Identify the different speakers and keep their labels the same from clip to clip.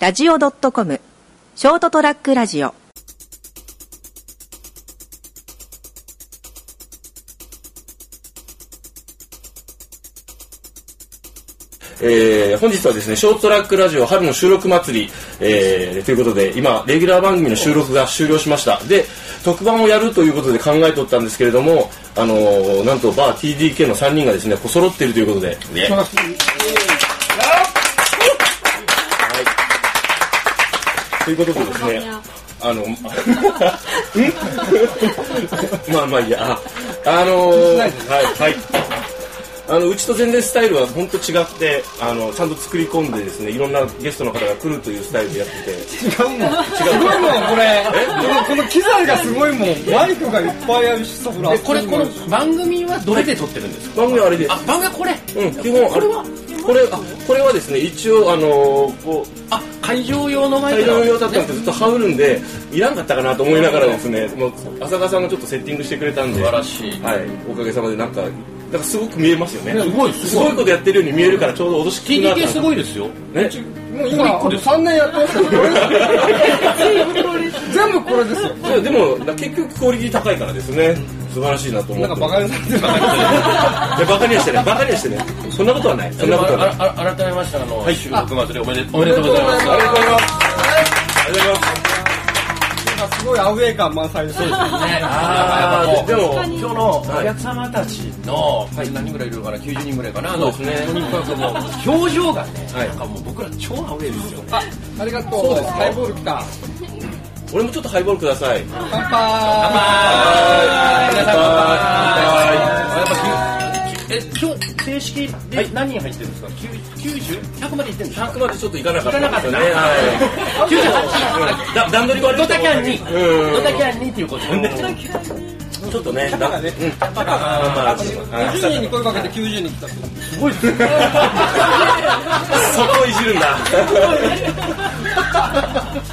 Speaker 1: ST-radio.com ショートトラックラジオ
Speaker 2: えー本日はですね、ショートトラックラジオ春の収録祭り、えーということで、今、レギュラー番組の収録が終了しました。で、特番をやるということで考えとったんですけれども、あのーなんとバー TDK の3人がですね、こう揃っているということで、ということでですね、あの、ん まあまあいいや、ああのーはい、はい。あのうちと全然スタイルは本当違ってあのちゃんと作り込んでですねいろんなゲストの方が来るというスタイルでやってて
Speaker 3: 違うもん。すごいもん、これ。この機材がすごいもん。マイクがいっぱいあるし、ほら。
Speaker 4: でこれこの番組はどれで撮ってるんですか
Speaker 2: 番組はあれで
Speaker 4: あ番組はこれ
Speaker 2: うん基本あ
Speaker 4: これは
Speaker 2: これあこれはですね一応あのーこう
Speaker 4: あ会場用のマイ
Speaker 2: 大
Speaker 4: ク
Speaker 2: 量の用だっ
Speaker 4: だ
Speaker 2: たんですけどずっと羽織るんでいらんかったかなと思いながらですねもう浅川さんがちょっとセッティングしてくれたんで
Speaker 4: 素晴らしい
Speaker 2: はい、おかげさまでなんかなんかすごく見えますよね
Speaker 4: すごいす
Speaker 2: す
Speaker 4: ご
Speaker 2: ご
Speaker 4: い
Speaker 2: いことやってるように見えるからちょうど脅しきになった
Speaker 4: TDK すごいですよ
Speaker 2: ね
Speaker 3: もう今、あの三年やってますけど、これ全部これですよ。
Speaker 2: いやでもな結局クオリティ高いからですね素晴らしいなと思
Speaker 3: な
Speaker 2: っ
Speaker 3: ん
Speaker 2: て
Speaker 3: かバカにされてる。
Speaker 2: いやバカにはしてないバカにはしてないそんなことはないそんなことはない
Speaker 4: あああ改めましてあの、
Speaker 2: い
Speaker 4: 収録祭りおめでおめでとうございます
Speaker 2: ありがとうございますありがとうございます
Speaker 3: なんかすごいアウェー感満載です。
Speaker 4: あ
Speaker 2: あーで
Speaker 4: で
Speaker 2: も
Speaker 4: も今日のお客様たちの、何人ぐらいいるのかな90人ぐらいかなあの
Speaker 2: そうですね
Speaker 4: とにかくもう表情がね、
Speaker 2: はい
Speaker 4: なんかもう僕ら超アウェーですよね
Speaker 3: ありがとう。ハイボール来た。
Speaker 2: 俺もちょっとハイボールください
Speaker 3: 乾杯。
Speaker 4: 皆さん
Speaker 2: は
Speaker 4: え今日正式で何人入ってるんですか、90?100 までいってるんですか
Speaker 2: 100までちょっといかなかっ
Speaker 4: 行かなか
Speaker 2: た
Speaker 4: ったな
Speaker 2: はい
Speaker 4: 98
Speaker 2: だ段取り悪い
Speaker 4: ドタキャンに
Speaker 2: うん
Speaker 4: ドタキャンにっていうこと
Speaker 2: ちょっとねだ
Speaker 3: ね
Speaker 2: うんまあまあ
Speaker 3: 90人に声かけて90人来た。
Speaker 2: そこをいじるんだ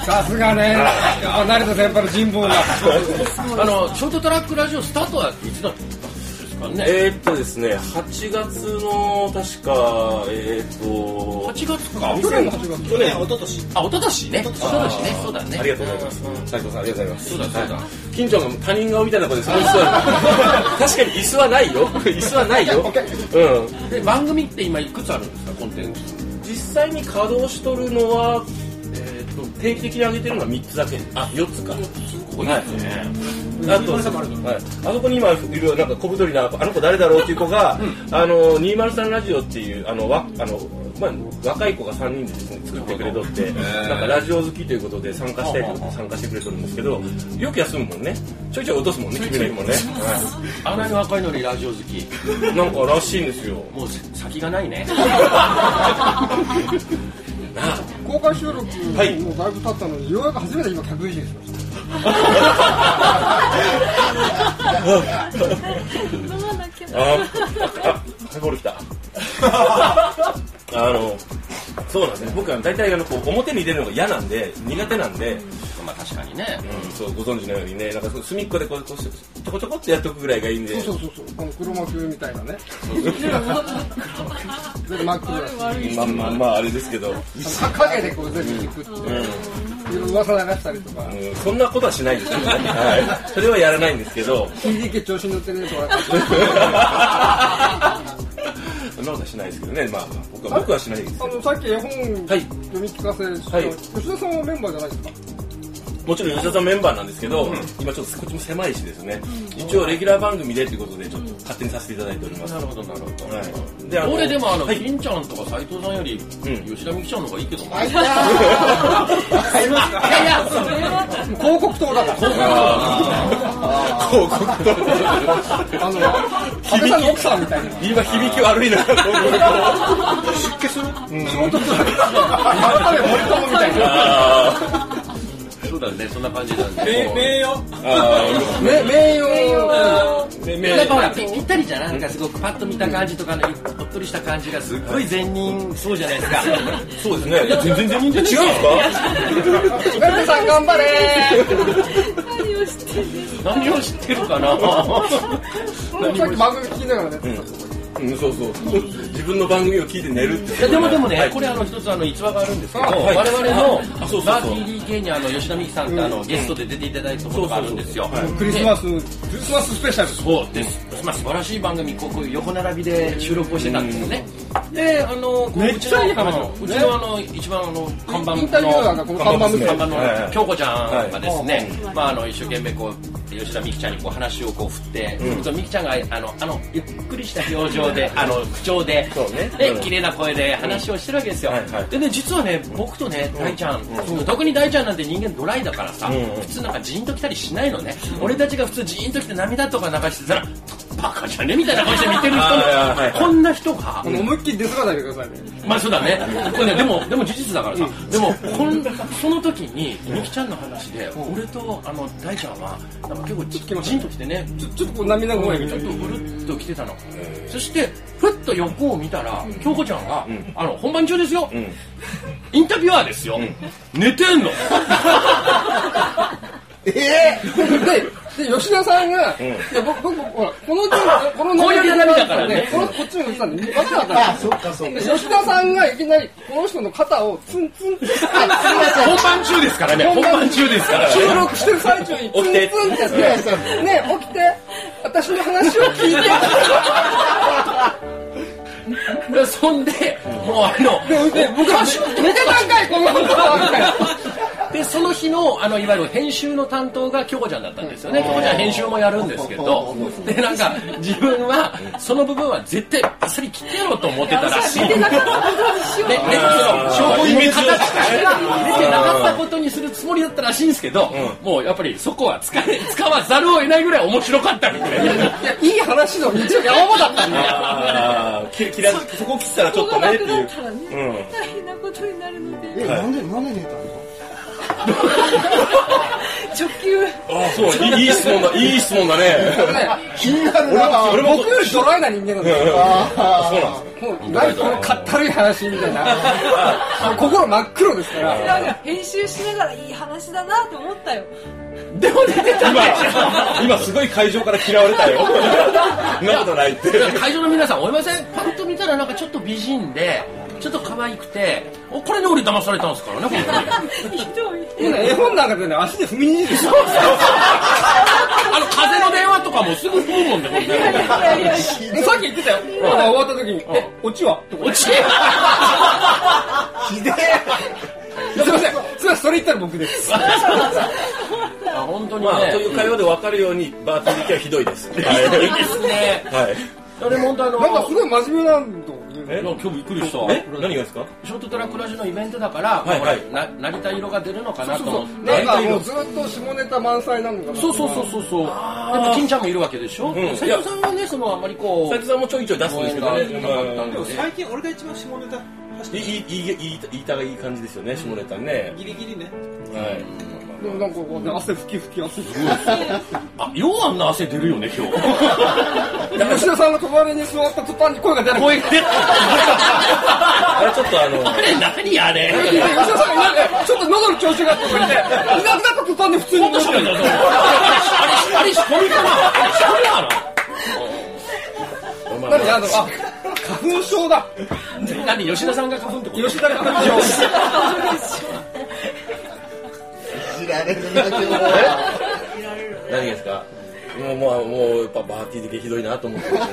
Speaker 3: さすがね。あ、成田先輩の人望が。
Speaker 4: あのショートトラックラジオスタートはいつだったんですかね
Speaker 2: えーっとですね8月の確かえーっと
Speaker 4: 8月か
Speaker 3: 去年の8月。
Speaker 2: 去年おととし
Speaker 4: あ一昨年ね一昨年ねそうだね
Speaker 2: ありがとうございます斉藤さんありがとうございます
Speaker 4: そうだそうだ
Speaker 2: 近所の他人顔みたいな子ですごい座る確かに椅子はないよ椅子はないようん
Speaker 4: で番組って今いくつあるんですかコンテンツ
Speaker 2: 実際に稼働しとるのは、えー、と定期的に上げてるのは3つだけあ四4つか
Speaker 4: ここにですね
Speaker 2: あと、はい、あそこに今いるなんか小太りなあの子誰だろう っていう子が、あの203ラジオっていうあのわあの、まあ、若い子が3人でですね作ってくれとってなんかラジオ好きということで参加したいということで参加してくれとるんですけどよく休むもんねちょいちょい落とすもんね君らにもね、
Speaker 4: あんなに若いのにラジオ好き
Speaker 2: はい、なんからしいんですよ
Speaker 4: もう先がないね
Speaker 3: 公開収録もうだいぶ経ったのに、ようやく初めて今客入りしました。
Speaker 2: ああ、あ、ハイボール来た。 あの、そうなんですね。僕は大体あのこう表に出るのが嫌なんで、苦手なんで、
Speaker 4: まあ確かにね
Speaker 2: うん、そうご存知のようにね、なんかそう隅っこでこうこうちょこちょこっとやっとくぐらいがいいんで、
Speaker 3: そうそうそうそう。この黒幕みたいなね。全部真っ黒だし。
Speaker 2: まあまあまああれですけど、う
Speaker 3: 影でこう全部聞くっていう、噂流したりとか、
Speaker 2: ん、そんなことはしないですよ、ね。はい。それはやらないんですけど、
Speaker 3: TDK 調子に乗ってねとか、
Speaker 2: そんなことはしないですけどね。まあまあ僕は僕はしないです
Speaker 3: あ
Speaker 2: けど。
Speaker 3: のさっき絵
Speaker 2: は
Speaker 3: 本
Speaker 2: い
Speaker 3: 読み聞かせして、
Speaker 2: はい
Speaker 3: 吉田さんはメンバーじゃないですか、
Speaker 2: もちろん吉田さんメンバーなんですけど、今ちょっとこっちも狭いしですね、一応レギュラー番組でということでちょっと勝手にさせていただいております。
Speaker 4: なるほどなるほど
Speaker 2: はい。であの
Speaker 4: 俺でもあの、
Speaker 2: はい
Speaker 4: 金ちゃんとか斉藤さんより、吉田美希ちゃんの方がいいけどな。いやいや、それは
Speaker 3: 広告塔だから、
Speaker 2: 広告と
Speaker 3: あの、安倍さんの奥さんみたいな、
Speaker 2: 今響き悪いな広告
Speaker 3: あれ森友みたいな、
Speaker 4: そうだね、そんな感じなんで。
Speaker 3: 名誉、名名誉、
Speaker 4: なんかほら、ぴったりじゃないなんかすごくパッと見た感じとかね、おっとりした感じがすっごい善人 そうじゃないですか。
Speaker 2: そうですねいや全然全然違うんですか
Speaker 3: 成田さん頑張れ
Speaker 4: 何を知ってるかな
Speaker 3: ー、さっき番組聞きながらね、
Speaker 2: うん、そうそうそう自分の番組を聞いて寝るって
Speaker 4: いやでもでもね、
Speaker 2: はい
Speaker 4: これあの一つあの逸話があるんですけど、
Speaker 2: あはい
Speaker 4: 我々
Speaker 2: あそうそうそ
Speaker 4: の
Speaker 2: う
Speaker 4: バーティー DK にあの吉田美樹さんってあの、ゲストで出ていただいたことがあるんですよ。
Speaker 2: そうそうそう
Speaker 4: で
Speaker 3: クリスマス、クリスマススペシャル。
Speaker 4: そうです。まあ素晴らしい番組、こうこういう横並びで収録をしてたんですよね。で、あの、こう
Speaker 3: めっちゃいい話
Speaker 4: うちのあのうちのあの、一番あの、看板の。
Speaker 3: インタビュアーがこの看板娘
Speaker 4: 看板の
Speaker 2: はいはい
Speaker 4: 京子ちゃんがですね、まああの、一生懸命こう、吉田美樹ちゃんにこう話をこう振って、すると美樹ちゃんがあのあのゆっくりした表情で、あの口調で、
Speaker 2: そうね
Speaker 4: で
Speaker 2: うん
Speaker 4: 綺麗な声で話をしてるわけですよ。
Speaker 2: はいはい
Speaker 4: でね実はね僕とね大ちゃん、特に大ちゃんなんて人間ドライだからさ、普通なんかジーンと来たりしないのね、俺たちが普通ジーンと来て涙とか流してたらバカじゃねみたいな顔して見てる人
Speaker 2: はいはいはい
Speaker 4: もこんな人が、
Speaker 3: この思いっきり出すがないでくださいね。
Speaker 4: まあそうだねこれねでもでも事実だからさ、でもこんその時にみきちゃんの話で、俺とあの大ちゃんはなんか結構ジジーンと来てね
Speaker 3: ちょちょっとこう涙声み
Speaker 4: ち
Speaker 3: た
Speaker 4: ょっ
Speaker 3: い
Speaker 4: と
Speaker 3: な。
Speaker 4: うるっと来てたの、そしてふっと横を見たら、京子ちゃんが、あの本番中ですよ、インタビュアーですよ、寝てんの
Speaker 3: ええで、で、吉田さんが、いや、僕、僕、ほら、この時、この
Speaker 4: こういう
Speaker 3: で
Speaker 4: 並びだからね
Speaker 3: この、こっちの言ってたんで、分かんなかったあ、そっか、そっか。吉田さんがいきなり、この人の肩をツンツンって、
Speaker 4: 本番中ですからね本番中ですから
Speaker 3: 収録してる最中にツンツンってやって、ねえ、起きて、私の話を聞いて、
Speaker 4: ねそんでもうあの
Speaker 3: で、僕は、寝てたんかい、この子はみたいな。
Speaker 4: でその日のあのいわゆる編集の担当が京子ちゃんだったんですよね京子ちゃん編集もやるんですけどでなんか自分はその部分は絶対バッサリ切ってやろうと思ってたらしいででその証拠に出てなかったことにするつもりだったらしいんですけど、もうやっぱりそこは使え使わざるを得ないぐらい面白かったみたいな。
Speaker 3: いや、いい話の日曜山場だったんだよ。
Speaker 2: ああ切らそこ切ったらちょっとねっていう
Speaker 5: たらね、
Speaker 2: うん
Speaker 5: 大変なことになるので、
Speaker 6: え、なんで、なんで寝たの
Speaker 5: 直球、
Speaker 2: ああそういいいい質問だいい質問だね
Speaker 6: 気になるな
Speaker 2: 俺も
Speaker 3: 僕よりドライな人間なんだよ。
Speaker 6: あ
Speaker 2: そうなんです
Speaker 3: もう、ライフのかったるい話みたいな。心真っ黒ですから。
Speaker 5: なんか編集しながらいい話だなと思っ たよ。
Speaker 4: でも出てたんですよ
Speaker 2: 今今すごい会場から嫌われ たよそんなことないって
Speaker 4: 会場の皆さん思いませんパッと見たらなんかちょっと美人でちょっと可愛くておこれで俺騙されたんですからね本当に
Speaker 5: ひどい。
Speaker 3: もうね、絵本なんかでね、足で踏みにじる。
Speaker 4: あの風の電話とかもすぐ来るもんね本当に
Speaker 3: もうさっき言ってたよ。まだ終わった時に、え、オチはとか
Speaker 4: 落ちは
Speaker 3: すいません。すいません、それ言ったら僕です。
Speaker 4: 本当にね、
Speaker 2: まあという会話で分かるようにバーティー系はひどいですはい
Speaker 4: ですね
Speaker 2: はい
Speaker 4: あれも本当あの
Speaker 3: なんかすごい真面目なんだもんね。
Speaker 4: いや今日びっくりした
Speaker 2: え何がですか
Speaker 4: ショートトラックラジのイベントだから、
Speaker 2: はいはい
Speaker 4: ほらな成田色が出るのかなと思って
Speaker 3: なんかもうずっと下ネタ満載なのかな。
Speaker 4: そうそうそうそうそうやっぱ金ちゃんもいるわけでしょ、斉藤さんはねそのあんまりこ
Speaker 2: 斉
Speaker 4: う
Speaker 2: 藤さんもちょいちょい出すんですけどねうん
Speaker 4: でも
Speaker 7: 最近俺が一番下ネタ走っ
Speaker 2: いいいいいいいい言いたがいい感じですよね下ネタね
Speaker 7: ギリギリね
Speaker 2: はい
Speaker 3: でもなんかこうね、汗拭き拭き、汗拭
Speaker 4: あようあんな汗出るよね今日
Speaker 3: き。吉田さんが隣に座った途端に声が出ない。
Speaker 4: 声出た
Speaker 2: あれちょっとあの
Speaker 4: あれ何あれ
Speaker 3: 吉田さんがなんか、ちょっと喉の調子があって、いなくなった途端に普通に
Speaker 4: もっと喋る
Speaker 3: る。
Speaker 4: ぞあれあれ仕込みかなあれ仕込みな
Speaker 3: な
Speaker 4: の
Speaker 3: んで、あの、あ、花粉症だ。
Speaker 4: 何吉田さんが花粉ってこと
Speaker 3: 吉田が花粉症。
Speaker 6: あ、知られるんだけどね。
Speaker 2: 何がですかもうまあもうやっぱバーティー的ひどいなと思ってですね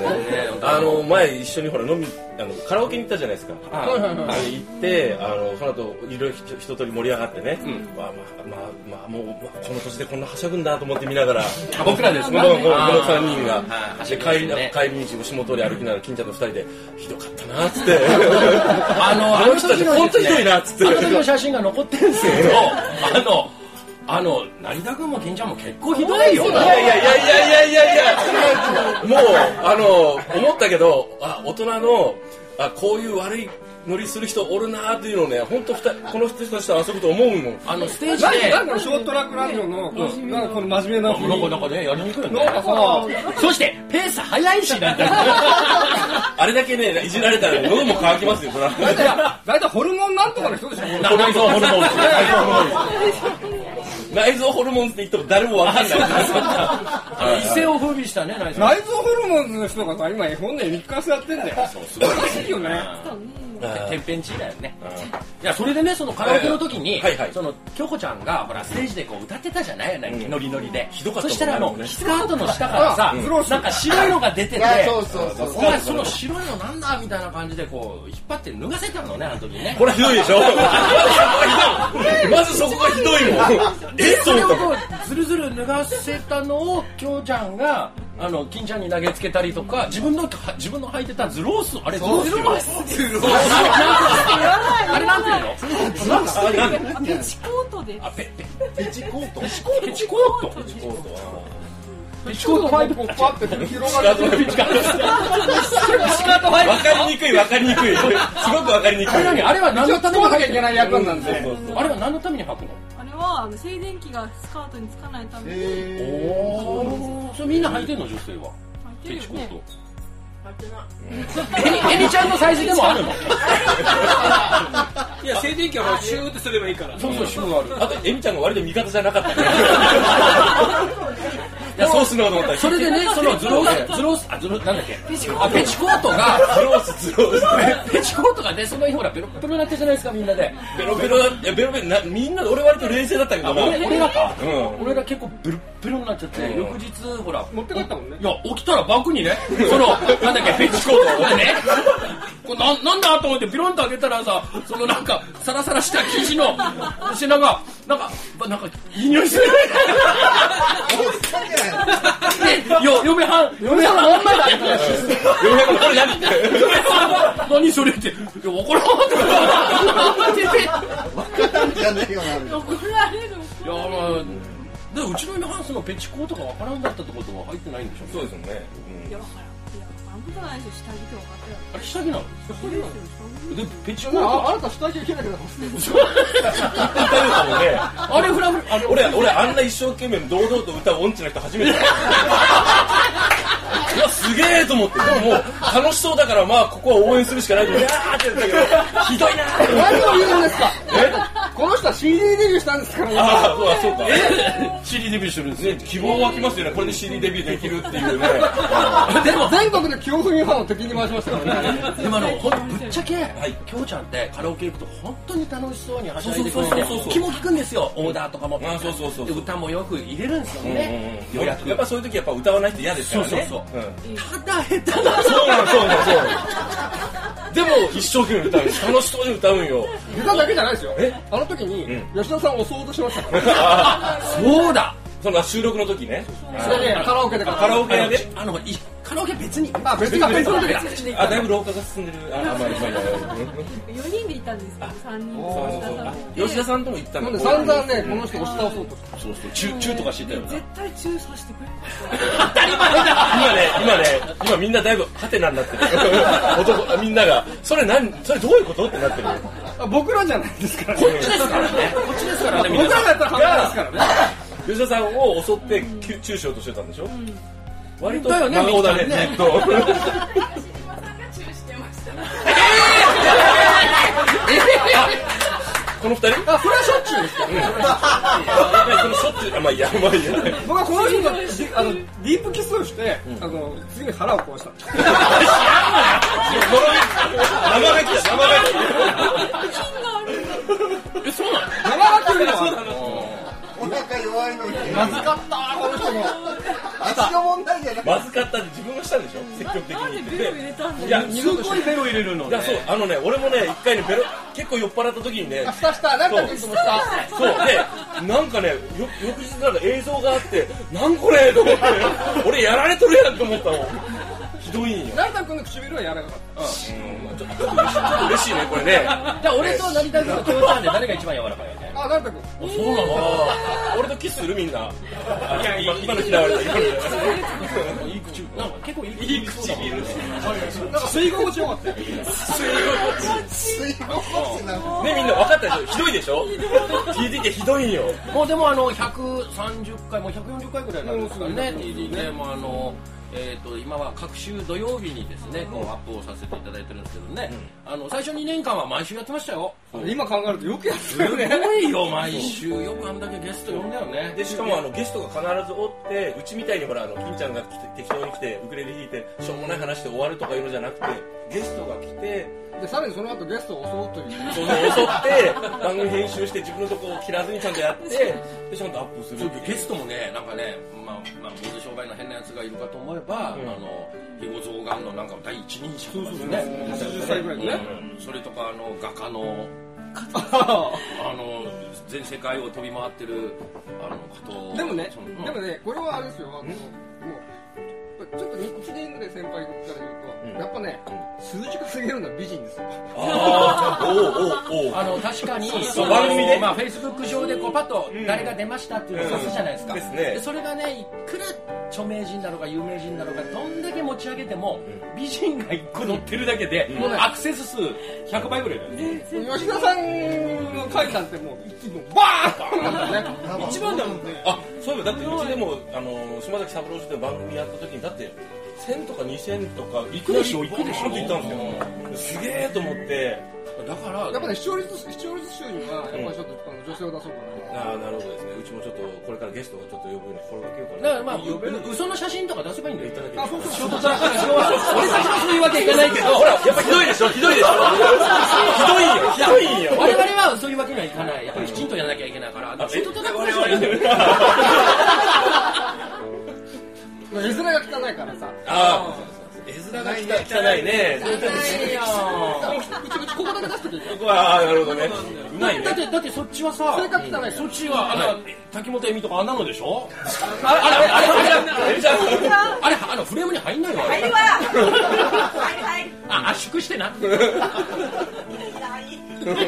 Speaker 2: あの前一緒にほら飲みあのカラオケに行ったじゃないですかあの行ってあのその後いろいろひ一通り盛り上がってね、まあまあまあまあもう、まあこの年でこんなはしゃぐんだと思って見ながら
Speaker 4: 僕らです
Speaker 2: こ
Speaker 4: ね
Speaker 2: のこのこの3人が
Speaker 4: はいはし
Speaker 2: で
Speaker 4: ゃ
Speaker 2: 帰
Speaker 4: ぎまし
Speaker 2: り
Speaker 4: たね
Speaker 2: 帰り道下通り歩きながら金ちゃんと2人でひどかったなっつって
Speaker 4: あの、あ
Speaker 2: あ
Speaker 4: の
Speaker 2: の人
Speaker 4: 人た
Speaker 2: た
Speaker 4: ち
Speaker 2: ち
Speaker 4: 本
Speaker 2: 本
Speaker 4: 当
Speaker 2: 当
Speaker 4: ひ
Speaker 2: ひ
Speaker 4: ど
Speaker 2: ど
Speaker 4: い
Speaker 2: い
Speaker 4: な
Speaker 2: な
Speaker 4: っ
Speaker 2: っつ
Speaker 4: つっ。
Speaker 2: ってて
Speaker 4: あの時の写真が残ってるんですけど、あの、あの、成田君も健ちゃんも結構ひどいよ。
Speaker 2: いやいやいやいやいやいやもうあの思ったけどあ大人のあこういう悪いノリする人おるなーっていうのをね本当この人たちと遊ぶと思うもん
Speaker 4: あの、ステージ
Speaker 3: なんか
Speaker 4: で、
Speaker 3: なんかショートトラックラジオの、なんかこの真面目な雰囲
Speaker 4: なんかなんかね、やりにくいよ
Speaker 3: 気なん
Speaker 4: ね
Speaker 3: か。さ、
Speaker 4: そして、ペース早いし、なんて。
Speaker 2: あれだけねいじられたら喉も乾きますよそら
Speaker 3: 大体、大体ホルモンなんとかの人でしょ、これ
Speaker 4: 内臓ホルモンですね。内臓ホルモンです
Speaker 2: 内臓ホルモンって言っても誰もわかんない。
Speaker 4: あの一世を風靡したね、内臓。
Speaker 3: 内臓ホルモンズの人がさ、今絵本で日活やってんだよ。
Speaker 4: すごい
Speaker 3: おかしいよね。
Speaker 4: てっぺんちだよね。いや、それでね、そのカラオケの時
Speaker 2: え
Speaker 4: に、
Speaker 2: えはいはい
Speaker 4: その、京子ちゃんが、ほら、ステージでこう歌ってたじゃないやない、
Speaker 2: うん
Speaker 4: ノリノリで。
Speaker 2: ひどかったもんね
Speaker 4: そしたら、あ
Speaker 2: あ
Speaker 4: の
Speaker 2: れも、ね
Speaker 4: スカートの下からさ、
Speaker 3: うん
Speaker 4: なんか白いのが出てて、
Speaker 6: あそうそうそう
Speaker 4: お前、その白いのなんだみたいな感じで、こう、引っ張って脱がせたのね、あの時ね。
Speaker 2: これひどいでしょまずそこがひどいもん。え
Speaker 4: そ
Speaker 2: そう
Speaker 4: れを
Speaker 2: と思っ
Speaker 4: こう、ずるずる脱がせたのを、京ちゃんが、あの、金ちゃんに投げつけたりとか、自分の、は自分の履いてたズロース、あれ、ズロースよ。ズロース。あれ、なんていうの
Speaker 5: ペチコートで
Speaker 4: あ、ペ、
Speaker 6: ペ
Speaker 4: ペ、
Speaker 6: チコート
Speaker 4: ペチコート。ペチコートファイブポップアップで広がる。
Speaker 2: てわかりにくいわかりにくい。すごくわかりにくい。
Speaker 4: あれ何あれは何のために履
Speaker 3: な
Speaker 4: く
Speaker 3: きゃいけない役なんで。
Speaker 4: のあれは何のために履くの
Speaker 5: あれはあの静電気がスカートにつかないために履い
Speaker 4: おー。それみんな履いてんの女性は。ペ
Speaker 5: てるよ
Speaker 4: チコー
Speaker 5: ね
Speaker 4: ト。えみ、えみちゃんのサイズでもあるの
Speaker 7: いや、静電気はほらシューってすればいいから。
Speaker 4: そうそう、シューある。
Speaker 2: あと、エミちゃんが割と味方じゃなかったね。いや、そうすんのかと思ったら、
Speaker 4: それでね、そのズロース、ズロース、あ、ズローなんだっけあ、ペチコートが、
Speaker 2: ズロース、ズロース。
Speaker 4: ペチコートがね、その日ほら、ベロッベロになってるじゃないですか、みんなで。
Speaker 2: ベロベロだ、いや、ベロベロな、みんな、俺割と冷静だったけどな。
Speaker 4: 俺俺らか、
Speaker 2: うん
Speaker 4: 俺ら結構ベロッベロになっちゃって、
Speaker 2: うん
Speaker 4: 翌日、ほら、
Speaker 3: 持って帰ったもんね
Speaker 4: い。や、起きたらバッグにね、その、なんだっけ、ペチコートがね、これな、なんだと思ってビロンと開けたらさ、そのなんか、サラサラした生地の品が、なんか、ばなんか、いい匂いする。でよ、嫁はん、嫁はん女だって。
Speaker 2: 400万これ何
Speaker 4: 何それって、いや、わからんとか言って、いや、
Speaker 6: 分からんじゃねえよな
Speaker 5: 怒られる
Speaker 4: まあ、で、うちの嫁はんそのペチコーとかわからんだったってことは入ってないんでしょ
Speaker 2: そうですよね。
Speaker 5: いやわからんいやあんことないでしょ下着って分かってる
Speaker 4: あれ、下着なの
Speaker 5: そうですよ
Speaker 4: で、ペチコー
Speaker 3: あ
Speaker 4: ト。
Speaker 3: あなた下着いけないけど、
Speaker 2: 歌うかもね。
Speaker 4: あれ、フラフラ、あれ、
Speaker 2: 俺、俺、あんな一生懸命堂々と歌う音痴な人 初めてだ。いや、すげえと思って。でももう、楽しそうだから、まあ、ここは応援するしかないと思って、いやーって言ったけど、ひどいなーって思って。
Speaker 3: 何を言うんですかこの人は CD デビューしたんですから、ね、
Speaker 2: ああ、そうだ、そうだ。
Speaker 4: CD デビューしてるんです
Speaker 2: ね、希望湧きますよね。これで CD デビューできるって いうね。
Speaker 4: でも、
Speaker 3: 全国の清文ファンを敵に回しましたからね。
Speaker 4: 今の、ほんぶっちゃけ、
Speaker 2: い
Speaker 4: きょうちゃんってカラオケ行くと本当に楽しそうにはしゃいでくれ
Speaker 2: そう
Speaker 4: て
Speaker 2: そうそうそう
Speaker 4: 気も利くんですよ、オーダーとかも。
Speaker 2: あそうそうそうそう
Speaker 4: で歌もよく入れるんですよね。
Speaker 2: うんやっぱそういう時やっぱ歌わないと嫌ですからね。
Speaker 4: そうそう
Speaker 2: そう。
Speaker 4: ただ下手な
Speaker 2: そうなんそうなんそうなん でも、一生懸命歌うんよ楽しそうに歌うん よ。
Speaker 3: 歌だけじゃないですよ
Speaker 2: え。
Speaker 3: あの時に、
Speaker 2: うん
Speaker 3: 吉田さんを襲おうとしましたから、ね。
Speaker 4: そうだ
Speaker 2: その収録の時ね。
Speaker 3: それでカラオケで
Speaker 2: カラオケ屋で。
Speaker 4: あの、いカラオケ別に。
Speaker 3: まあ別に別の時だ。
Speaker 4: 別に
Speaker 2: あ、だいぶ老化が進んでる。あ、あんまりまり。
Speaker 5: 4人でいたんですけど3人
Speaker 2: そうそう
Speaker 5: 下
Speaker 2: そう吉田さんとも行った
Speaker 3: なん
Speaker 2: の
Speaker 3: で散々ね、この人押し倒そうとして。
Speaker 2: そうそうチュチューとかしてたよな
Speaker 5: 絶対チューさせて くれない
Speaker 2: 今ね今ね今みんなだいぶハテナになってる男みんながそれ何それどういうことってなってる
Speaker 3: あ僕らじゃないですから、ね。
Speaker 4: こっちですからね。こっちですからね、
Speaker 3: 僕ら
Speaker 4: 皆さん。
Speaker 3: だったら反対ですからね。
Speaker 2: 吉田さんを襲ってきゅ中傷としてたんでしょ、割と
Speaker 4: だよね
Speaker 2: 真顔だね
Speaker 4: みっちゃんね
Speaker 2: ずっとこの二人
Speaker 3: あ、それはしょっちゅうですよ。
Speaker 2: やばいそのしょっちゅうあまあいいやまあいいや
Speaker 3: 僕はこの人がじあのディープキスをして、あの次に腹を壊した。
Speaker 2: 生めきだ生めき
Speaker 4: え、そうなの
Speaker 3: 生がというのは
Speaker 6: お腹弱いのにまずかったこの人も足の問題じゃない
Speaker 2: まずかったって自分がしたんでしょ積極的
Speaker 5: なん
Speaker 2: に
Speaker 5: で
Speaker 2: 言って
Speaker 5: ベロ入れたんだ
Speaker 2: い
Speaker 5: よ
Speaker 2: や
Speaker 3: すごいベロ入れるの
Speaker 2: いやそうあのね俺もね一回ねベロ結構酔っ払った時にね
Speaker 3: 下下なんかちょっと下
Speaker 2: そうでなんかねよ翌日なんか映像があってなんこれと思って俺やられとるやんと思ったのひどいんよ、
Speaker 3: 成田君の唇は柔らかかっ
Speaker 2: うん、ちょっとちょっと嬉しいねこれね
Speaker 4: じゃあ、俺と成田君と京ちゃんで誰が一番柔らかいよね。
Speaker 3: たあ成田君
Speaker 2: そうなの俺とキスするみんないや今今の嫌われた今の嫌われた
Speaker 4: いい口、なんか結構いい口。
Speaker 3: なんか水合落ちよかったよ
Speaker 6: 吸い物ってなんか
Speaker 2: ねみんな分かったでしょひどいでしょ TDK ひどいんよ
Speaker 4: もうでもあの、130回、もう140回ぐらいなんですからね、
Speaker 3: もうすぐ
Speaker 4: TDK もあの、えー、と今は各週土曜日にですね、こうアップをさせていただいてるんですけどね、あの最初2年間は毎週やってましたよ。
Speaker 3: 今考えるとよくやってたよね
Speaker 4: すごいいよ毎週よくあんだけゲスト呼んだよね
Speaker 2: でしかもあのゲストが必ずおってうちみたいにほらあの金ちゃんが来て適当に来てウクレレ弾いてしょうもない話で終わるとかいうのじゃなくてゲストが来て
Speaker 3: でさらにその後ゲストを襲うというね
Speaker 2: その襲って 番組編集して自分のとこを切らずにちゃんとやってでちゃんとアップする
Speaker 4: そうゲストもねなんかねまあまあ坊主障害の変なやつがいるかと思えば、あの肥後象がんのなんか第一人者とかですね
Speaker 3: 80歳ぐらいのね
Speaker 4: うんそれとかあの画家のあの全世界を飛び回ってるあのこと
Speaker 3: でもね
Speaker 4: そのうん、
Speaker 3: でもね、これはあれですよ、あの、もう、ちょっと日銀で先輩から言うと、やっぱね、数字稼げるのは美人ですよ。
Speaker 2: あーおうおうおう
Speaker 4: あの確かに
Speaker 2: う番組で
Speaker 4: まあフェイスブック上でこうパッと誰が出ましたっていうのを指すじゃないですか、
Speaker 2: うんですね
Speaker 4: それがねいくら著名人だろうが有名人だろうがどんだけ持ち上げても美人が一個乗ってるだけで、もうねアクセス数100倍ぐらいだよね
Speaker 3: 吉田さんの会なんてもう、一気にバーンなんだね。
Speaker 6: 一番だもんね
Speaker 2: あそういえばだってうちでもあの島崎三郎氏で番組やった時にだって1000とか2000とかいくら
Speaker 4: 行くでしょ
Speaker 2: 行ったんですよすげえと思って
Speaker 4: だから
Speaker 3: やっぱね、視聴率、視聴率集には、やっぱりちょっと、あの、女性を出そうかな。
Speaker 2: ああなるほどですねうちもちょっとこれからゲストをちょっと呼ぶように心がけようか
Speaker 4: だ
Speaker 2: な
Speaker 4: からまあ嘘の写真とか出せばいいんだよ
Speaker 2: いただけ
Speaker 3: あ、そうそうそう。
Speaker 4: 俺たちはそういうわけいかないけどほ
Speaker 2: や
Speaker 4: ら
Speaker 2: っぱひどいでしょひどいでしょひどいよひどいよ
Speaker 4: 我々はそういうわけにはいかないやっぱりきちんとやらなきゃいけないからちょっと戦うしかないんだよ
Speaker 3: 絵面が汚いからさ、
Speaker 2: あー絵面が汚いね。
Speaker 3: ここだけ出してくれ
Speaker 2: ここは、あーなるほどね。うまい
Speaker 4: だっ
Speaker 2: ね。
Speaker 4: てだってそっちはさ
Speaker 3: それが汚いから。
Speaker 4: そっちは、あの、滝本恵美とかあんなのでしょあれ、あれ、あれ、あれ、あれ、あの、フレームに入んないわ。
Speaker 5: 入るわ入る入る
Speaker 4: あ、圧縮してな。
Speaker 2: いいよね。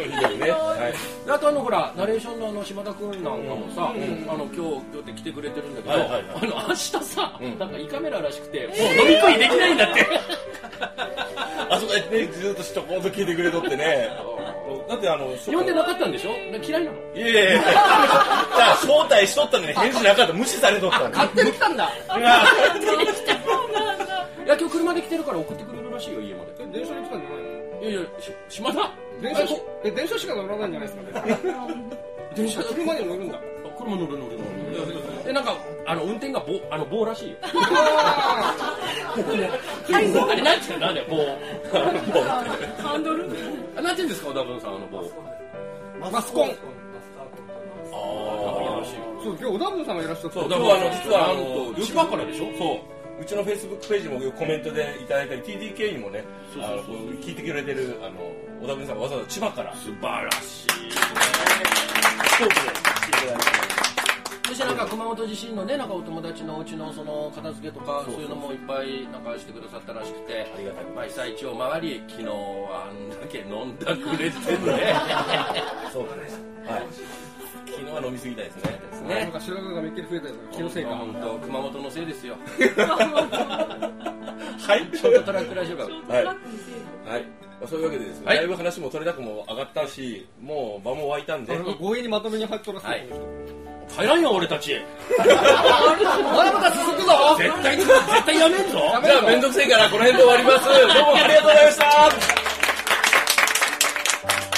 Speaker 2: はい。
Speaker 4: あとあの、ほら、ナレーションのあの、島田くんなんかもさ、あの、今日、今日って来てくれてるんだけど、
Speaker 2: はいはいはい
Speaker 4: あの、明日さ、なんか胃カメラらしくて、もう飲み食いできないんだって。
Speaker 2: あそこでね、ずっとしとこうと聞いてくれとってね。だってあの、
Speaker 4: 呼んでなかったんでしょ嫌いなの
Speaker 2: いやいやいや。じゃあ招待しとったのに返事なかった。無視されとったんだ。
Speaker 3: 勝手に来たんだ。
Speaker 4: いや、今日車で来てるから送ってくれるらしいよ、家まで。
Speaker 3: 電車に来たんじゃない
Speaker 4: いやいや、し島田
Speaker 3: の電
Speaker 4: あ
Speaker 3: 車し
Speaker 4: こ、
Speaker 3: え、電車しか乗らないんじゃないですか ね。
Speaker 4: 電車
Speaker 3: 車に乗るんだ。
Speaker 4: 車乗る乗る乗る。で、なんか、あの、運転が棒、あの、棒らしいよ。 あれ、なんていうのあれ、棒。
Speaker 5: ハンドル
Speaker 4: あなんていうんですか、小田文さん、あの棒。
Speaker 3: マスコン。
Speaker 4: ああ、らしいよ。
Speaker 3: そう、今日、小田文さんがいらっしゃった
Speaker 2: そう、
Speaker 3: ん
Speaker 2: で
Speaker 3: だ
Speaker 2: もあの、実はあ
Speaker 4: なんと
Speaker 2: の、
Speaker 4: 千葉からでしょ
Speaker 2: そう。うちのフェイスブックページもコメントでいただいたり、TDK にもね、あの聞いてくれてる、あの、小田文さんがわざわざ千葉から、
Speaker 4: 素晴らしい。
Speaker 2: 飛行機で来ていただいて。
Speaker 4: そしてなんか熊本自身のね、なんかお友達のお家のその片付けとか、そういうのもいっぱいなんかしてくださったらしくて、
Speaker 2: ありがたい
Speaker 4: まあ被災地を回り、昨日はあんだけ飲んだくれてるね。
Speaker 2: そうですね。はい。昨日は飲みすぎたですね。
Speaker 3: なんか白髪がめっきり増えたやつが気のせいか。
Speaker 4: 本当熊本のせいです よ。
Speaker 2: はい。
Speaker 4: ショートトラックラジオが。
Speaker 2: はい。はい。まあ、そういうわけでですね、
Speaker 4: はい
Speaker 2: だいぶ話も取れたくも上がったし、もう場も沸いたんで、
Speaker 3: 俺が強引にまとめに入っとらせて、
Speaker 4: はい帰らんよ、俺た ち。
Speaker 3: まだまだ 続くぞ
Speaker 4: 絶対、絶対やめんぞ。
Speaker 2: じゃあめんどくせえからこの辺で終わります。どうもありがとうございました。どうもどうもありがとうございま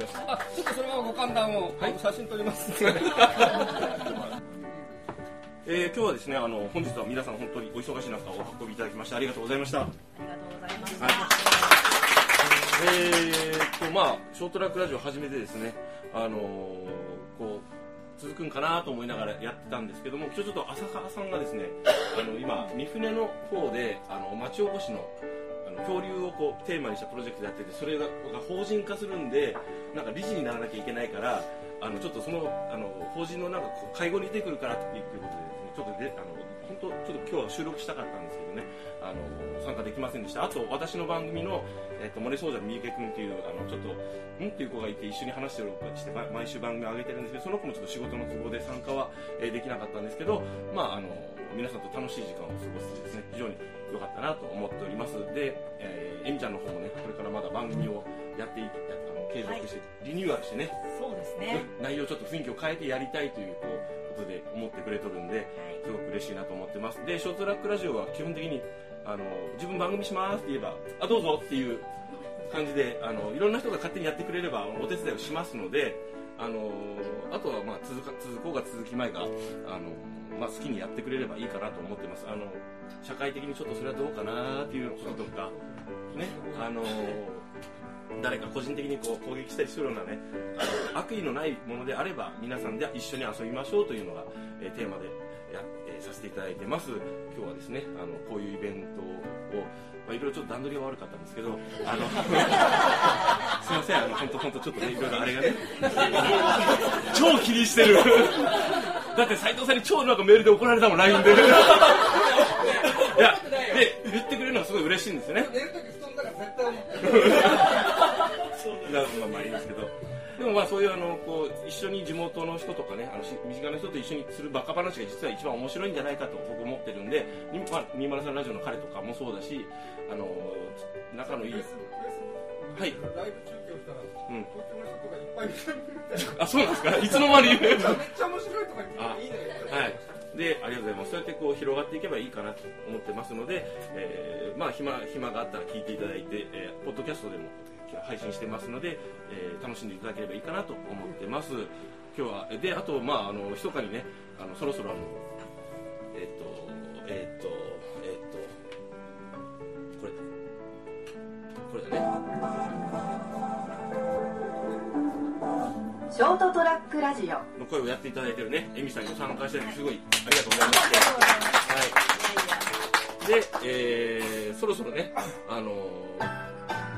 Speaker 2: した。
Speaker 3: あちょっとそれはご勘談を、写真撮ります
Speaker 2: えー、今日はですね、あの本日は皆さん本当にお忙しい中お運びいただきましてありがとうございました。
Speaker 5: ありがとうございました、
Speaker 2: えーとまあショートラックラジオ始めてですねあのーこう続くんかなと思いながらやってたんですけども今日ちょっと浅川さんがですねあの今三船の方であの町おこしのあの恐竜をこうテーマにしたプロジェクトやっててそれがが法人化するんでなんか理事にならなきゃいけないからあのちょっとそのあの法人のなんかこう会合に出てくるからっていうことでですねちょっとであの本当ちょっと今日は収録したかったんですけどねあの参加できませんでしたあと私の番組のえっと漏れそうじゃ三池君っていうあのちょっと「ん?」っていう子がいて一緒に話してるしてま毎週番組上げてるんですけどその子もちょっと仕事の都合で参加は、えーできなかったんですけどまああの皆さんと楽しい時間を過ごせてですね非常に良かったなと思っておりますで、えー、えみちゃんの方もねこれからまだ番組をやっていきあの継続して、リニューアルしてね
Speaker 5: そうですね
Speaker 2: 内容ちょっと雰囲気を変えてやりたいというこうことで思ってくれとるんで、すごく嬉しいなと思ってます。で、ショートトラックラジオは基本的に、あの、自分番組しますって言えば、あ、どうぞっていう感じであのいろんな人が勝手にやってくれればお手伝いをしますのであのあとは、まあ、続か続こうが続きまいがあの、まあ、好きにやってくれればいいかなと思ってますあの社会的にちょっとそれはどうかなっていうこととかねあの誰か個人的にこう攻撃したりするようなねあの悪意のないものであれば皆さんで一緒に遊びましょうというのが、えーテーマでや、えーさせていただいてます今日はですねあのこういうイベントを、まあ、いろいろちょっと段取りが悪かったんですけどあのすいませんあの本当本当ちょっとねいろいろあれがね超気にしてるだって斉藤さんに超なんかメールで怒られたもん LINE でいやで言ってくれるのがすごい嬉しいんですよね
Speaker 3: 寝るとき布団だから絶対思ってる
Speaker 2: なまあまあいいんですけど。でもまあそういうあのこう一緒に地元の人とかねあのし身近な人と一緒にするバカ話が実は一番面白いんじゃないかと僕思ってるんで、にまあ新丸さんラジオの彼とかもそうだし、あの仲のいいはい
Speaker 3: ライブ中継をしたら、
Speaker 2: ん
Speaker 3: 東京の人とかいっぱい見てるみたい
Speaker 2: あそうなんですかいつの間に。
Speaker 3: なめっ ちゃ面白いとか言ってもいいね
Speaker 2: はい。で、ありがとうございます。そうやってこう広がっていけばいいかなと思ってますので、えーまあ暇暇があったら聞いていただいて、えーポッドキャストでも配信してますので、えー楽しんでいただければいいかなと思ってます。今日はえで、あとまああの密かにね、あのそろそろあのえっ、とえっ、とえっ、とこれだねこれだね。
Speaker 1: ショートトラックラジオ
Speaker 2: の声をやっていただいてるね、エミさんにも参加してすごいありがとうございます。はい。で、えーそろそろね、あのー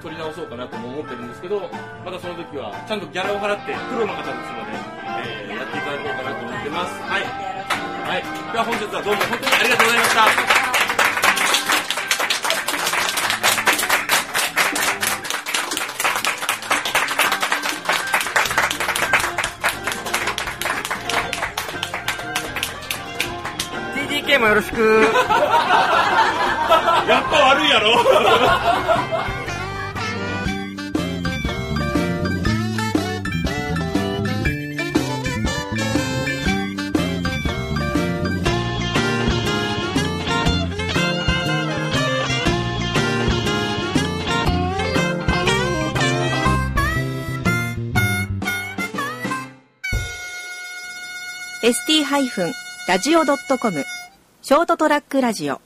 Speaker 2: 撮り直そうかなとも思ってるんですけど、またその時はちゃんとギャラを払ってプロの方ですので、えーやっていただこうかなと思ってます。はい。はい。では本日はどうも本当にありがとうございました。
Speaker 6: TDK もよろしく
Speaker 2: やっぱ悪いやろ。
Speaker 1: ST-radio.com ショートトラックラジオ